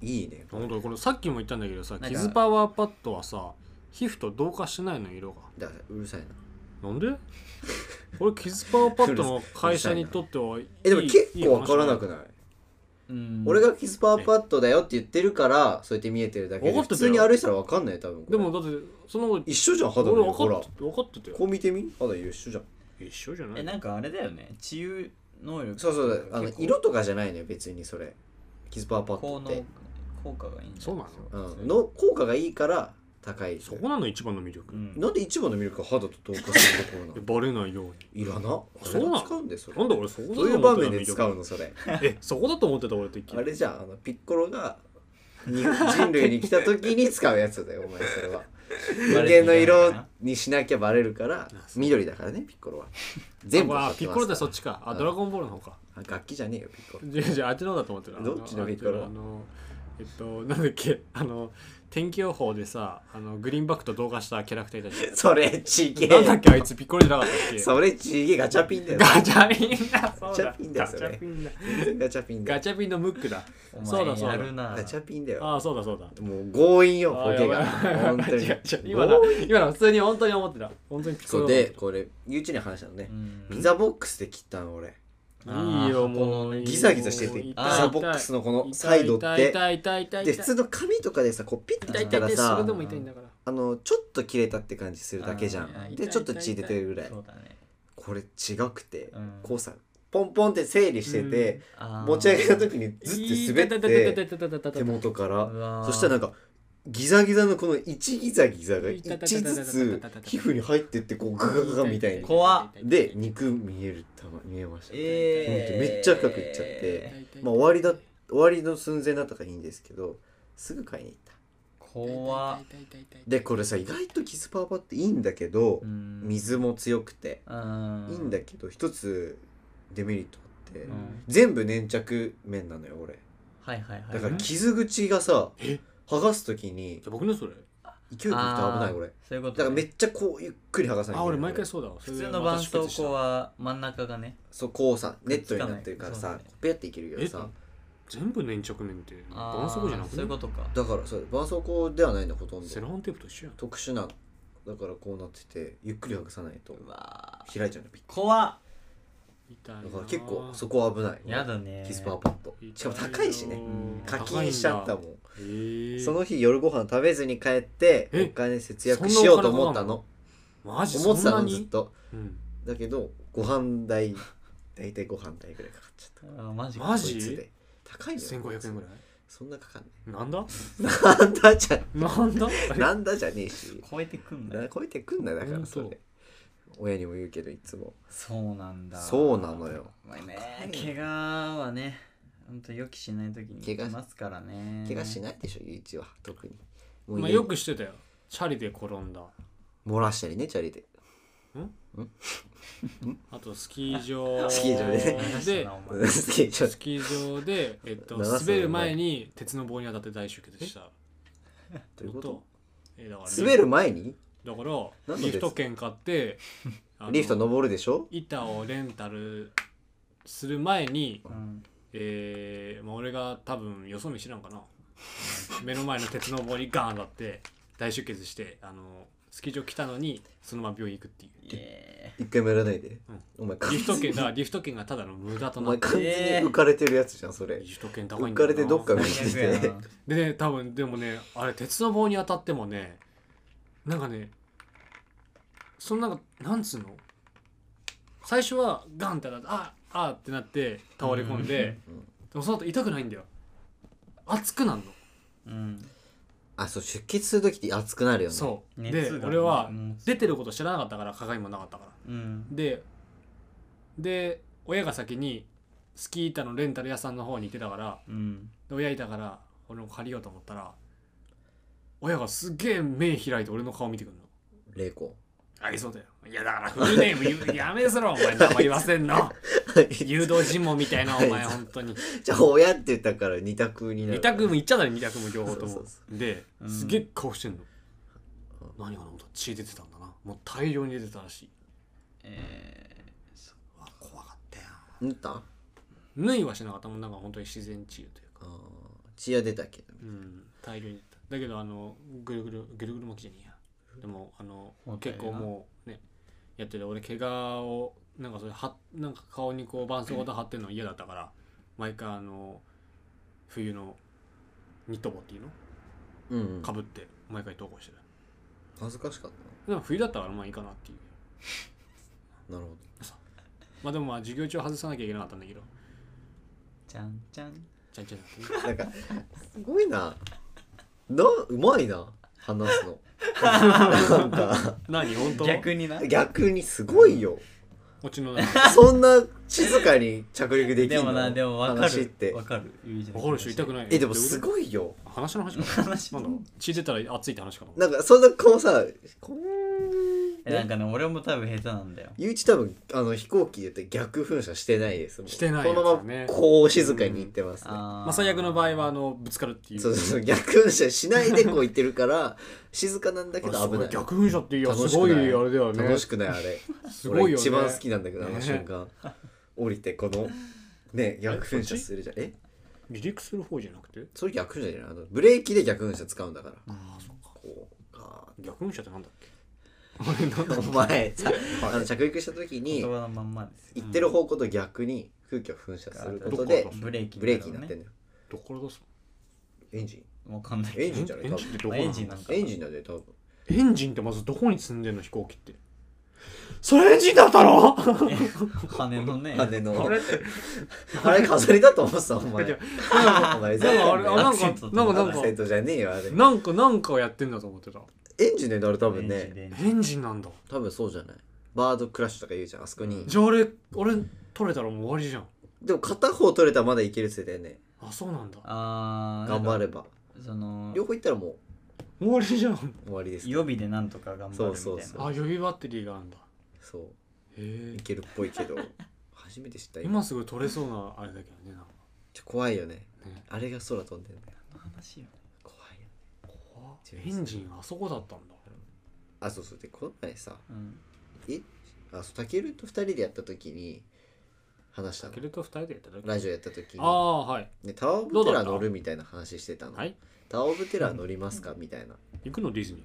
い
いいね
本当これさっきも言ったんだけどさ
んか
キズパワーパッドはさ皮膚と同化してないの色が
だからうるさいな
な んでこれキズパワーパッドの会社にとってはいい
えでも結構わからなく
い
ない
うん
俺がキスパワーパッドだよって言ってるからそうやって見えてるだけ
分
で
かっ
普
てた
通
よ
に歩いてたら分かんないよ多分こ
い話
れ
だなでもだってその
一緒じゃん肌の
俺
色
分
ほ
からって分かって
こ
たよ
う見てみ肌色一緒じゃん
一緒じゃな
え
い
なんかあれだよね治癒能力
そうそうあの
結構
色とかじゃないのよ別にそれキスパワーパッド
効
って
能効果がいいんだ
そうなの
うんの効果がいいから高い
そこなの一番の魅力、
うん
なんで一番のミルクが肌と同化するところなの
バレないように
いらな
そうなの
使うんでそれ
なんだ俺そこだ
どういう場面で使うのそれ
えそこだと思ってた俺って
あれじゃんあのピッコロがに人類に来た時に使うやつだよお前それは人間の色にしなきゃバレるから緑だからねピッコロは全部
あピッコロってそっ
ち
ちかあ
うん
ドラゴンボールの方か
楽器じゃねえよピッコロ
じゃあじゃああっちの方だと思ってた
どっちのピッコロ
あのあのえっとなんだっけあの天気予報でさあのグリーンバックと同化したキャラクターたち
それちげ
なんだっ
え
けあいつピッコロじゃなかったっけ
それちげえガチャピンだよ
ガチャピンだそ
ガ
うだ
チャピンだよそれ
ガチャピンだ
ガチャピンだ
ガ
よ
チャピンのムックだ
お前
そうだそうだ
やるな
ガチャピンだよ
ああそうだそうだ
もう強引よ
あ
ボ
ー
ケ
やば
が
い
本当に
違う違う今だ今だ普通に本当に思ってた本当にピッコ
そう
ロ
でこれ YouTube に話したのね
うん
ピザボックスで切ったの俺
いいよもういいよ
ギザギザしてて
痛い
ピ
痛い
ザボックスのこのサイドっ
痛い
て
痛い痛い痛い痛
で
い
普通の紙とかでさこうピッて
痛
切
い
っ
痛
た
い
ら
痛いそれ
さ
でも痛いんだから
あのちょっと切れたって感じするだけじゃ
あー
ん
痛い
でちょっと血出てるぐらい
そうだね
これ違くて
うん
こうさポンポンって整理してて
あー
持ち上げた時にずっと滑って手元か
う
ら
わー
そしたらなんかギザギザのこの1ギザギザが1ずつ皮膚に入ってってこうガガガガみたいに
怖
で肉見えるたま見えました
えー
ほんとめっちゃ深くいっちゃってまあ終わりだ終わりの寸前だったからいいんですけどすぐ買いに行った
怖っ
でこれさ意外とキスパーパーっていいんだけど
うん
水も強くて
うん
いいんだけど一つデメリットあって
うん
全部粘着面なのよ俺
はいはいはい
だから傷口がさ剥がす時に
僕のそれ
勢いでいくと危ない俺
そういうこと
だからめ
ね
っちゃこうゆっくり剥がさない
あ俺毎回
そ
そうだわ
普通の絆創膏は真ん中がね
うこうさネットになってるから
そう
さ
だね
ペッていけるよ
え
さ
全部粘着面って
あ
絆
ー
創膏じゃなく
そういうこ
て
とか
だからそれ絆創膏ではないのほとん
セロ
ど
ハンテープと一緒やん
特殊なだからこうなっててゆっくり剥がさないと
うわー
開いちゃうのピッ
怖っ
痛い
だから結構そこは危ない
やだね
キスパーパッドしかも高いしね
ん
課金しちゃったもん
へー
その日夜ご飯食べずに帰って
え
お金節約しようと思ったの
マジ
思ってた
そん
の
な
ずっ
に
と
うん
だけどご飯代大体ご飯代ぐらいかかっちゃった
あーマジか
マ
こいつ
ジ
で高いのよ
1500円ぐらい
そんなかかんな
なんだ
いなんだじゃ
なんだ
なんだじゃねえし
超えてくんだ
な
よ
超えてくんなだか
ほん
ら
と
それ親にも言うけどいつも
そうなんだ
そうなのよ
まあね怪我はねほんと予期しない時に
怪我
来ますからね
怪我し
い
ないでしょゆういちは特にもう
まあ
家に
よくしてたよチャリで転んだ
漏らしたりねチャリで
あとスキー 場
スキー場でね
で
スキー場で
スキー場で、えっと、
流すのうまい
滑る前に鉄の棒に当たって大集結した
どういうこと
えだから
滑る前に
だ
何
から
の
リ
鉄
フト券買ってあの
リフト登るでしょ
板をレンタルする前に、
うん
えーまあ、俺が多分よそ見知らんかな 目の前の鉄の棒にガーン当たって大集結してあのスキー場来たのにそのまま病院行くっていう
いえ
一回もやらないで
うん
お前
リフト券だからリフト券がただの無駄と
お
なっ
前
て
完全に浮かれてるやつじゃんそれ
リフト券高い
浮
んだ
か
よ
れ
な
てどっか見て
最悪
て
やな
でね多分でもねあれ鉄の棒に当たってもねなんかねそのなんかなんつうの最初はガンってなってあああってなって倒れ込んで、
うん
でもその後痛くないんだよ熱くなんの、
うん
あそう出血する時って熱くなるよね
そうで
熱が
俺は
うん
出てること知らなかったから鏡もなかったから
うん
でで親が先にスキー板のレンタル屋さんの方に行ってたから
うん
で親いたから俺も借りようと思ったら親がすげえ目開いて俺の顔見てくるの
霊子
ありそうだよいやだからフルネーム言うやめろお前名前言わせんの誘導尋問みたいなお前本当に
じゃあ親って言ったから二択になる
二択も言っちゃったね二択も両方と
そ
も
うそ
で
うん
すげえ顔してんの何がなと血出てたんだなもう大量に出てたらしい
え
うわ怖かったよ
うんたあ
縫いはしなかったもんなんか本当に自然治癒というか
ー血は出たけど
うん大量に出てただけどあのぐるぐるぐるぐる巻きじゃねえやでもあの
包帯な
結構もうねやってて俺怪我をなんかそれはなんか顔にこう絆創膏と貼ってるの嫌だったから毎回あの冬のニット帽っていうの
うんうん
かぶって毎回投稿してる
恥ずかしかっ
でも冬だったからまあいいかなっていう
たななる
まあでもまあ授業中外さなきゃいけなかったんだけど
ーじゃんじゃん
ちゃん ちゃんだ
ほどな
ったね
んかすごいななうまいな話す のなんか
何本当
逆にな
逆にすごいよ
こっちの 中
そんな静かに着陸でき
で
る
も
の
なでも分か
話っ
る
て
分かるいいじゃん
わかるでしょ痛くない
えでもすごいよ
話の話かな
話
なんだろう血出たら熱いって話かな
なんかそんなこうさこう
えなんかね俺も多分下手なんだよ
ゆういち多分あの飛行機で言って逆噴射してないですもん
してない
このま
やつだ
ま
ね
こう静かに行ってますね、
あー
まあ、最悪の場合はあのぶつかるっていう
そうそうそう逆噴射しないでこう行ってる から静かなんだけ
あ
ど
す
危
ご
ないい
逆噴射っていや
楽
す
しく
ごい
な
あ
い
れだよね
楽しくないあれ
すごいよね
俺一番好きなんだけどあの
ね
瞬間降りてこのね逆噴射するじゃんえ
離陸する方じゃなくて
それ逆噴射じゃないあのブレーキで逆噴射使うんだから
あそうか
こうガ
逆噴射ってなんだっけ
ーッお前さあの着陸した時に
言葉のまんまですよ
行ってる方向と逆に空気を噴射すること
ど
で
こ
ブレーキ
ブレーキになってん
る
だよ
どこから出す
エンジン
わかんない
エン
けど
ジンじゃない
エ
多
ンジンっ
分
てどこ
まあエンジンな
の
んか
エンジンだね多分
エンジンってまずどこに積んでんの飛行機ってそれエンジンだったの
羽のね
羽の
あれ
あれ飾りだと思ってたお前
いや
お前
なんかあれあなん
アクセン
か
ト
なんかな
ア
ん
ク
か
セントじゃねえよあれ
なんかなんかをやってんだと思ってた
エンジンねあれ多分
エンジンで
ね
エンジン
エンジンなんだ
多分そうじゃないバードクラッシュとか言うじゃんあそこに
じゃああれ俺取れたらもう終わりじゃん
でも片方取れたらまだいけるっつってたよね
あそうなんだ
あー
頑張れば
その
両方いったらも
終わりじゃん
う終わりです
予備でなんとか頑張るみたい
そう
な
そうそう
あ予備バッテリーがあるんだ
そ
へ
う
え
いけるっぽいけど初めて知った今
今すぐ取れそうなあれだけどねなんか
ちょ怖いよね
ね
あれが空飛んでるんだよ
話よ
怖いよね
怖っ
注意す
エ
る
ンジンあそこだったんだ
あそうそうでこの前さ
うん
えあそうタケルと二人でやった時に話したの
ケルト2人でやった時
ラジオやった時
あ
に
あはい
でタワーオブテラー乗るみたいな話してたの
はい
タワーオブテラー乗りますかみたいな
行くのディズニー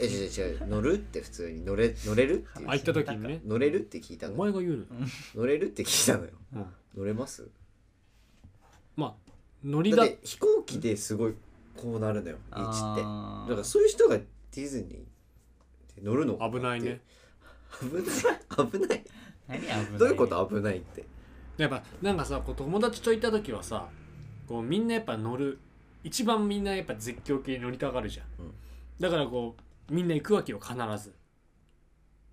え違う違う乗るって普通に乗れ乗れるっていう
あ行った時にね
乗れるって聞いた
お
の
前が言うのよ
乗れるって聞いたのよ
うん
乗れます
まあ乗り
だ
だ
って飛行機ですごいこうなるのよ道って
あー
だからそういう人がディズニーで乗るのかって
危ないね
危ない危ない
何危ない
どういうこと危ないって
やっぱなんかさこう友達といた時はさこうみんなやっぱ乗る一番みんなやっぱ絶叫系乗りたがるじゃん、
うん
だからこうみんな行くわけよ必ず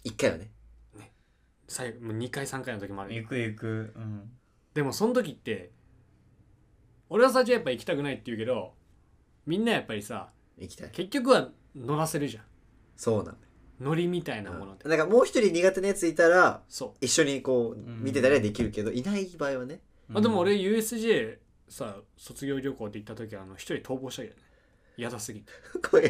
一回はね
最後もう2回3回の時もあるよ
ゆくゆくうん
でもその時って俺は最初やっぱ行きたくないって言うけどみんなやっぱりさ
行きたい
結局は乗らせるじゃ
そうなん
ん乗りみたいな
だよ
もので、
うんなんかもう一人苦手なやついたら
そ
一緒にこう
うん
見てたりはできるけどいない場合はね
う、あでも俺 USJ さ卒業旅行で行った時はあの一人逃亡したけどね嫌だすぎて
これ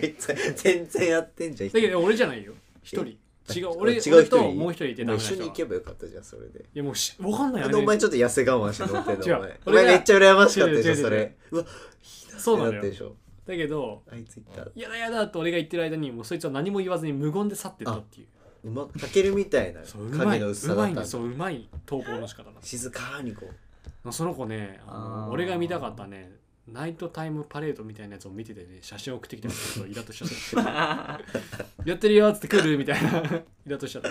全然やってんじゃん
だけど俺じゃないよ一人違う俺
違う人
俺ともう一人いてダ
もう
メ
一
な
緒
人
に
は
行けばよかったじゃんそれで
いやもうしわかんない
な
よ
んでお前
ね
ちょっと痩せ我慢して 乗ってん
違
のお
う
前お
俺
前
が
めっちゃ羨ましかったでし
違
ょ
う違う違う
それうわ
そうなの
って
よ
ったでしょ
だけど
あいつ行った
「やだやだ」って俺が言ってる間にもうそいつは何も言わずに無言で去ってったっていう
うまかけるみたいな
そううま
影
い
の
う
薄さだ
ま
っ
いん
た
だ
んだ
そううまい逃亡の仕方なんです
静かにこう
その子ねあ
あ
の
ー
俺が見たかったねナイトタイムパレードみたいなやつを見ててね写真送ってきたんですけどイラッとしちゃった やってるよっつって来るみたいな イラッとしちゃった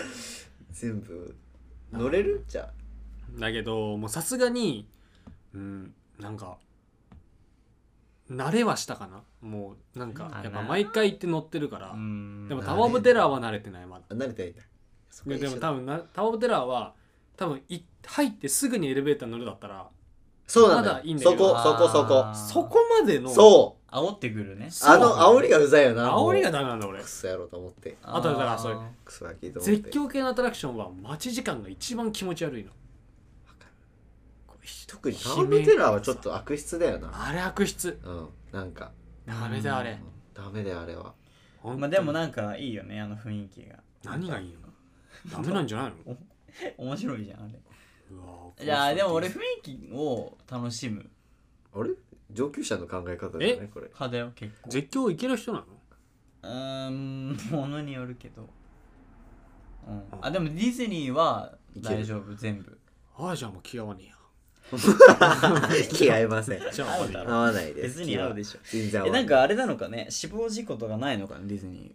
全部乗れるじゃ
だけどもうさすがにうんなんか慣れはしたかなもうなん
慣れ
か
は
やっ
な
ぱ毎回行って乗ってるから、
うん
でもタワーオブテラーは慣れてないまだ
あ慣れてないんだそっ
い
か
やでも
一緒
多
だ
分なタワーオブテラーは多分い入ってすぐにエレベーター乗るだったら
そうなん
ま
だ
だいいんだ
そ
け
こ
ど
そこそ
あ
こ
ー
そこまでの
そ
煽ってくるね
うあの煽りがうざいよなもう
煽りがダメなんだ俺
クソやろうと思って
あとだからそれ
あ
クソガキと思って
絶叫系のアトラクションは待ち時間が一番気持ち悪いの
わかる特にタワーオブテラーはちょっと悪質だよな
あれ悪質
うんなんか
ダメだあれ
うんダメだよあれは
ほん
ー
と
まあでもなんかいいよねあの雰囲気が
何がいいのダメなんじゃないの
面白いじゃんあれ
うわ
いやーでも俺雰囲気を楽しむ
あれ上級者の考え方だよねこれ
派だよ結構
絶叫いける人なの
うーんものによるけど、うん、あでもディズニーはい
ける
大丈夫全部
ああじゃあもう気合わねえや
気合いません
じゃあ
合
合
うだ
合
ろ
わないです
別に合うでしょ
全然合
え
わな
なん
い
かあれなのかね死亡事故とかないのかねディズニ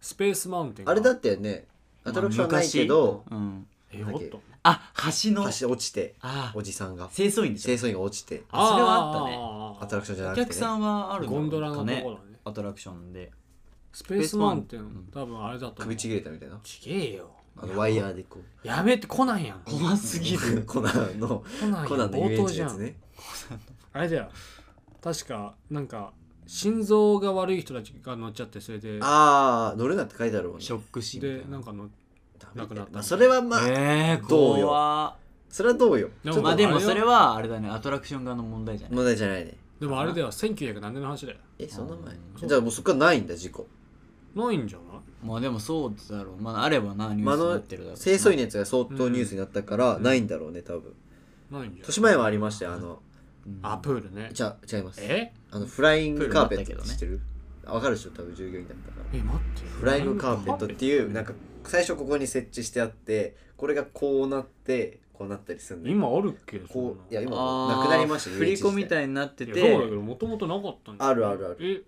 スペースマウンテンが
あれだってね
ー
アトラクションないけど、
昔うん、
えよっと
あ橋の
橋落ちて
あ
おじさんが
清掃員でし
清
ょ
掃員が落ちて
あそれはあったね
あー
アトラクションじゃな
お
くて、ね、
客さんはある
ゴンドラの
か
とこ
ね
ろだね
アトラクションで
スペースマウンテ
スペースマウン
ン
テ
多分あれだと思う
首ちぎれたみたいな
ちげえよ
あのワイヤーでこう
やめてコナンやんコ
怖すぎる
コナンの
ナンや
コナン
ん
の遊園
冒頭
地
じゃ
です
ん
ね
あれだよ確かなんか心臓が悪い人たちが乗っちゃってそれで
ああどれだって書いてあるもんね
ショック死みたい
で
な
なんかの
ダメだ
なくなった
まあ、それはまあ、
えー、
どうよ
怖
それはどうよち
で
ょっと
まあでもそ
あれ
れはあれだねアトラクション側の問題じゃない
問題じゃないね
でもあれでは1900何年の話だよ
えそんな前
うん
じゃあもうそっからないんだ事故
ないんじゃない
まあでもそうだろうまああればなニュースになってるだろうし
清掃員のやつが相当ニュースになったから、
うん
ないんだろうね多分
ないんじゃない
豊島園はありましたよあの
うん
あプールね
じゃ違います
え
あのフライングカーペッ
プール
ト
も
知
あった
ってるあわかるでしょ多分従業員だったから
え待って
フライングカーペットっていうなんか最初ここに設置してあってこれがこうなってこうなったりするんだよ
今あるっけ
こういや今もう
あ
なくなりました
振り子み
い
たいになって
いやそうだ
て
けどもともとなかったんだ
あるあるある
え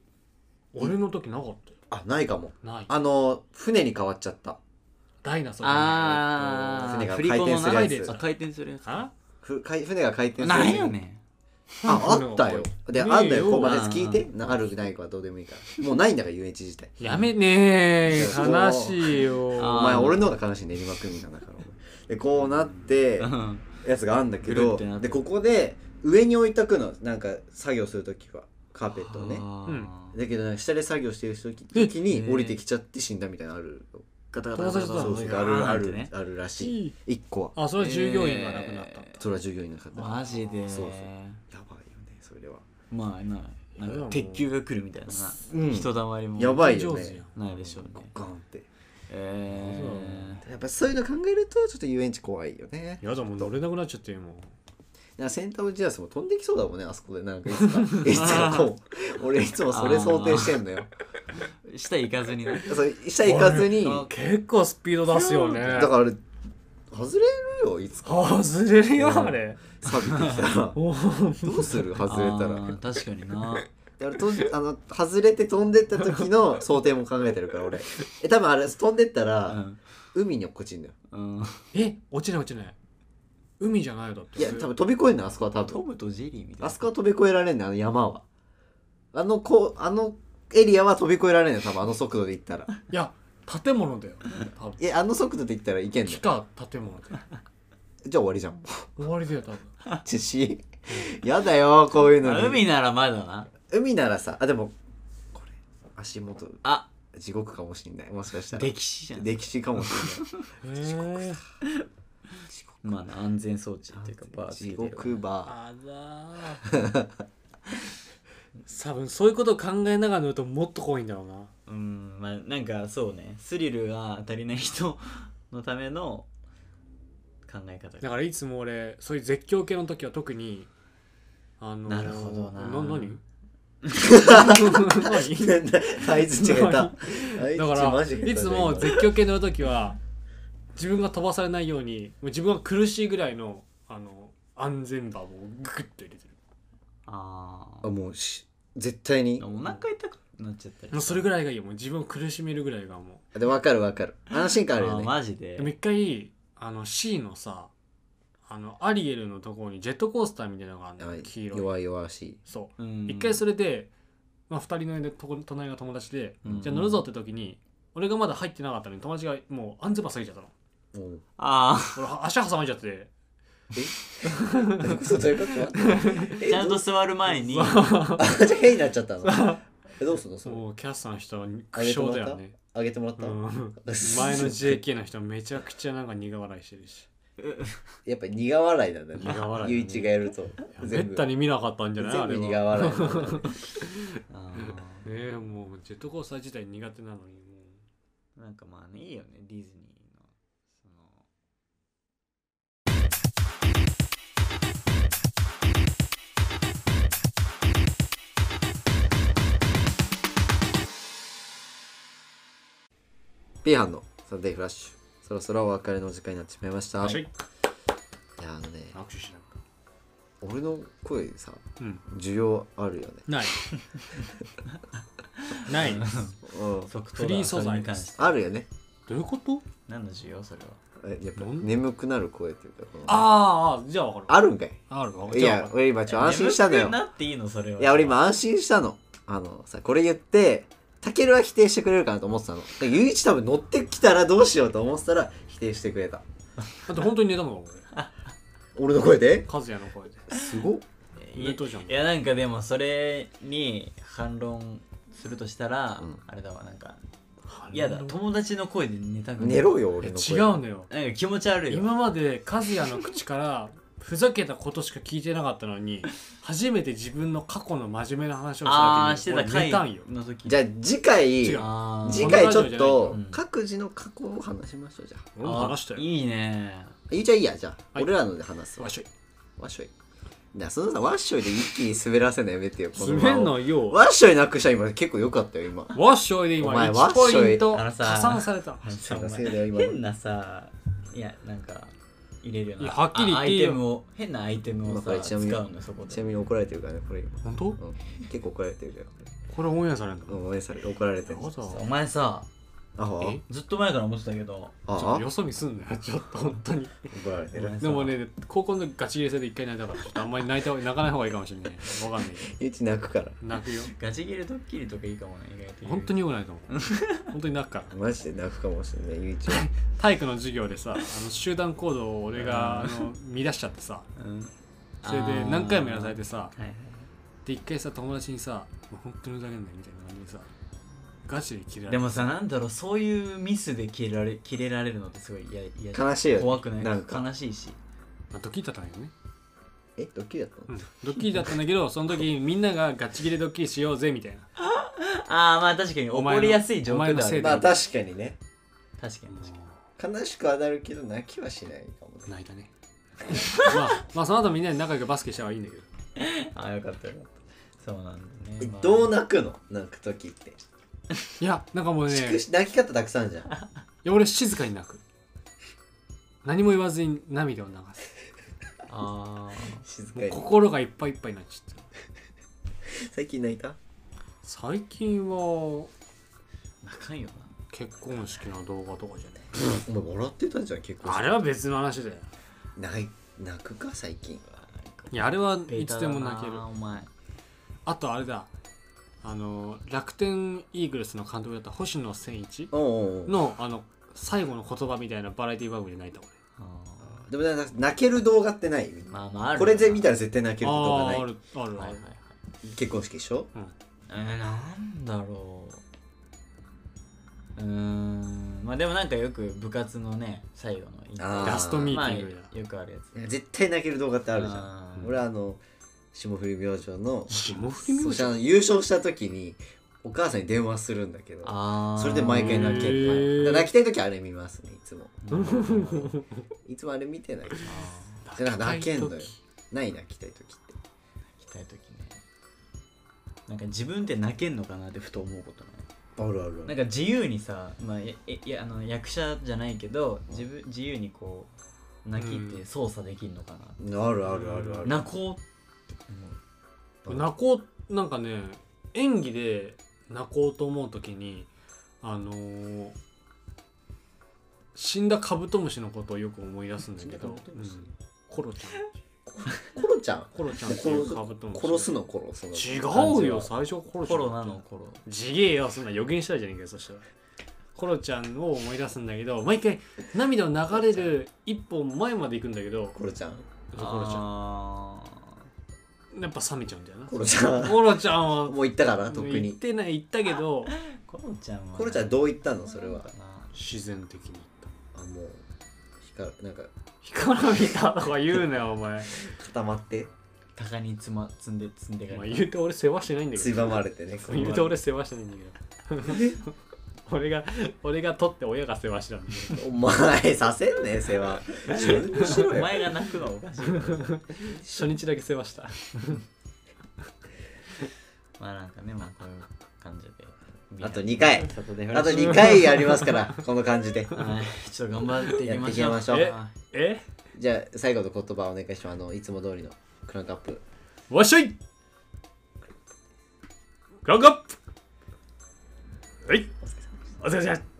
俺の時なかったよ
あないかも
ない
あの船に変わっちゃった
ダイナソー
あ
船
あ
が
振り子の
回
長
転す
い
るや
で
つ
あ回転するやつ
あ
ふかい船が回転する
なんやねん
ああったよであんだよここまで聞いて
うん
なあるないかはどうでもいいからもうないんだから遊園地自体
やめねえ
そう
悲しいよ
お
あ
前
ー
俺の方が悲しい練馬区民なんだからお前でこうなって
うん
やつがあんだけ
ぐる
ど
ってなっ
で
て
ここで上に置いとくのなんか作業するときはカーペットをね
あー
うん
だけどなんか下で作業してる時時に
え
降りてきちゃって死んだみたいなのあるよ
ガタガタガタガタ
あ
そう
ー
そう
ガタ
あるあ
なんて
る
ね
あるらしい一個は
あそれは従業員が亡くなったんだ
え
それは従業員の方
ーマジで
そうそうやばいよねそれは
まあななん
いやも
か
う
鉄球が来るみたいなな
うん
人だまりも
やばい
上
よ
手
ね
やん
ないでしょうね
ガンって
えー
やっぱそういうの考えるとちょっと遊園地怖いよね
やだもう乗れなくなっちゃっても
なんかセンターオブジアスも飛んできそうだもんねあそこでなんかいつ かいつかこう俺いつもそれ想定してんのよ
下行かずにね
そう下行かずに
う結構スピード出すよね
だからあれ外れるよいつか
外れるよあれ
錆びてきたらどうする外れた
あ
ら
ー確かにな
で俺とんあの外れて飛んでった時の想定も考えてるから俺え多分あれ飛んでった
う
ら
ん
海に落っこちんだよ
うん
え落ちない落ちない海じゃないよだって
いや多分飛び越えんのあそこは多
ト
分
ムとジェリーみたいな
あそこは飛び越えられんのあの山はあのこうあのエリアは飛び越えられんのよ多分あの速度で行ったら
いや建物だよ多分
いやあの速度で行ったらいけんの
木
よ
か建物だよ
じゃあ終わりじゃん
終わりだよ多分
ちし やだよこういうの
あ
に
海ならまだな
海ならさあでもこれ足元
あ
地獄かもしんないもしかしたら
歴史じゃん
歴史かもしんない
へえ
地獄
まあね安全装 置っていうかバーつけ
地
てる
獄 バ
あらー多分そういうことを考えながら乗るともっと怖いんだろうな
うんまあなんかそうねスリルが足りない人のための考え方
だからいつも俺そういう絶叫系の時は特にあのー
なるほどな
な 何
ー
何
あいつ違 えたあいつ
だから
マジで
いつも絶叫系乗る時は自分が飛ばされないようにもう自分が苦しいぐらいのあの安全バーをグッと入れてる
あ
あもうし絶対に
あお腹痛くなっちゃったり
もうそれぐ
らい
らいがいいよもう自分を苦しめるぐらいがも
で分かる分かる安心感あるよね
マジ
う
で
でも一回あの C のさあのアリエルのところにジェットコースターみたいなのがある
やば
の
い
黄色い
弱い弱々しい
そう
うん
一回それで、まあ、2人の間とこ隣が友達で、
うん
じゃあ乗るぞって時に俺がまだ入ってなかったのに友達がもう安全バー下げちゃったの
うん
あ
俺は足挟まれちゃってて
えそうどういうこと
あちゃん と座る前に
あじゃあ変になっちゃったの えどうすんのそれ
そうキャスさん人は苦笑だよね、
あげてもらっ
う
た
ん、前の JK の人めちゃくちゃなんか苦笑いしてるし
やっぱ苦笑いなんだね
苦笑いだね
ゆういちがやると
めったに見なかったんじゃない
全
あれ
部
は
苦
ね
笑いなんだね
あ
えもうジェットコースター自体苦手なのにも
ーなんかまあねいいよねディズニーのその
ピーハンのサンデーフラッシュそろそろお別れの時間になってしまいました、い、
う握
やあのね
手しなが
俺の声さ
らうん
需要あるよね
ないないです
うん
即答
フリー素材
それに関して
あるよね
どういうこと
何の需要それは
えやっぱ
なん
眠くなる声っていうかこの
あーあーじゃあ分かる
あるんかい
あるわ
い
じゃ
や
あ分かる
俺今ちょっと安心したのよ
眠くなっていいのそれはい
や俺今安心したのあのさこれ言ってたけるは否定してくれるかなと思ってたのでゆういち多分乗ってきたらどうしようと思ってたら否定してくれた
だって本当に寝たもん俺
俺の声で
和也の声です
ごっ
え
ネットじゃん
いやなんかでもそれに反論するとしたら、
うん
あれだわなんか嫌だ友達の声で寝たくない
寝ろよ
い
俺
や
の
違
声
うのよ
なんか気持ち悪いわ
今まで和也の口からふざけたことしか聞いてなかったのに初めて自分の過去の真面目な話を
ああーし
して
て
た
た
時に俺
回
寝たんよ
の時
じゃあ次回
違う
あー
次回ちょっと
こんなラジオじゃないうん
各自の過去を話しましょうじゃあ
俺も話した
あ
よ
いいね
ゆうちゃんいいやじゃあ、
はい
俺らので話すわ
わしょい
わっしょいなそのさわっしょいで一気に滑らせないやめてよこの
滑
場を
んのよ
わっしょいなくした今結構良かったよ今
わっしょいで今
お前
1ポイント
わっ
加
しょいあのさ
算された
あのさ
お前
お前変なさいやなんか入れるよ
いや
な
はっきり言っていいよ
あアイテムを変なアイテムをさ
まあち
使
な
う
みに
のそこ
ちな
で
みに怒られてるからねこれ今、
本当
うん、結構怒られてるよ
これオンエアされるの
うん応援されて怒られてる
わざわ
お前さ
あほ
え
ずっと前から思ってたけど
あ
ざ
あ
よそ見すんなよちょっと本当に
怒られてる
お前 さ
でもね高校のガチ切れ戦で一回泣いたからちょっとあんまり泣いた方泣かない方がいいかもしれないわかんないけ
ゆうち泣くから
ど泣くよ
ガチギレドッキリとかいいかもね意外と
本当
に
によくないと思う本当に泣くから
マジで泣くかもしれないゆうちは
体育の授業でさあの集団行動を俺があの乱しちゃって さそれで何回もやらされてさ
はいはい
で一回さ友達にさ「もう本当にふざけんなよ」みたいな感じでさガチで切れられ
で
た
もさなんだろうそういうミスで切れられ切れられるのってすごい嫌嫌じゃん
悲しいよね
怖くない
なんか
悲しいし
まあドッキリだったんだけどね、
えドッキリだったの
うん、ドッキリだったんだけどその時みんながガチ切れドッキリしようぜみたいな
ああまあ確かに
お前の
怒りやすい状況
お前の
ではあ
せい
る
で
確
まあ確かにね
かに確か
悲しくはなるけど泣きはしないかもね
泣いたね まあまあその後みんなで仲良くバスケした方がいいんだけど
にああよかったよかったそうなんだね
え
まあ
どう泣くの泣く時って、
いやなんかもうね
しく
い
し泣き方たくさんあるじゃん
や俺静かに泣く何も言わずに涙を流す
あ
静か
もう
に
心がいっぱいいっぱいになっちゃって
最近泣いた
最近は
あ仲いいよな
結婚式の動画とかじゃね
お前笑ってたじゃん結構
あれは別の話だよ
泣い泣くか最近
いやあれは
ベ
い
タ
つ
だ
で
な
も泣ける
お前
あとあれだあの楽天イーグルスの監督だった星野千一
おうおうおう
のあの最後の言葉みたいなバラエティ番組で泣いた俺
あ
でもなんか泣ける動画ってない
ーまあまあある
これで見た
ら
ら絶対泣ける動画
ああーあ
ない
るあるあ
はいはい
る
はい
結婚式でしょ
えー、なんだろううーんまあでもなんかよく部活のね最後のインタビュ
あ
ー
ー
ラストミー
まあ
ティングだ
よくあるやつ
絶対泣ける動画ってあるじゃん
あー
俺あの霜降り明星の
霜降り明
そ
星
してあの優勝した時にお母さんに電話するんだけど
あー
それで毎回泣け
へ
る
ー
だから泣きたい時はあれ見ますねいつも
なるほど
いつもあれ見てない
あ
じゃあ泣けんのよ
泣き
ない泣きたい時って
ー行きたい時ねなんか自分で泣けんのかなってふと思うことない
あるある
なんか自由にさ、まあ、ええいやあの役者じゃないけど自分自由にこう泣きって操作できるのか
あるあるあるあ
な、
る
泣こうって思う
たい泣こうなんかね演技で泣こうと思う時にあのー死んだカブトムシのことをよく思い出すんだけ
死んだカ
ど、
ブトムシ
うんコロちゃん
コロちゃん
コロちゃんっていうカブトムシ
殺すのコロその
違
感
う
じ
よ
は
最初コロちゃんだ
コロ
った
ナの頃
ちげえよそんな予言したじゃねえかよそしたらコロちゃんを思い出すんだけど毎回涙を流れる一歩前まで行くんだけど
コロちゃん
そうコロちゃ
あ
んやっぱ冷めちゃうんだよな
コロちゃん
コロちゃんは
もう行ったかな特
言っ
に
てない言ったけど
ーコロちゃんはね、
コロちゃんどう言ったのそれは
自然的に言っ
あもう光るなんか
た「干からびた」とか言うなよお前
固まって
鷹につま積んで積ん で
お
か
前
れ
言うて俺世話してないんだ
つ
け
いば
ど
まれてねこう
言うて俺世話してないんだけ ど俺が俺が取って親が世話してたんだけど
お前させんね世話自分でしろ
たお
よ
前が泣くのはおかし いから
初日だけ世話した
まあなんかねまあこういう感じで
あと2回
サタデーフラ
あ
ッ
と
シュ
2回やりますからこの感じで
はいちょっと頑張ってい
や
きましょう
っていきましょう
はい
え
じゃあ最後の言葉お願いしますあのいつも通りのクランクアップ
わっしょいクランクアップはいお疲れ様です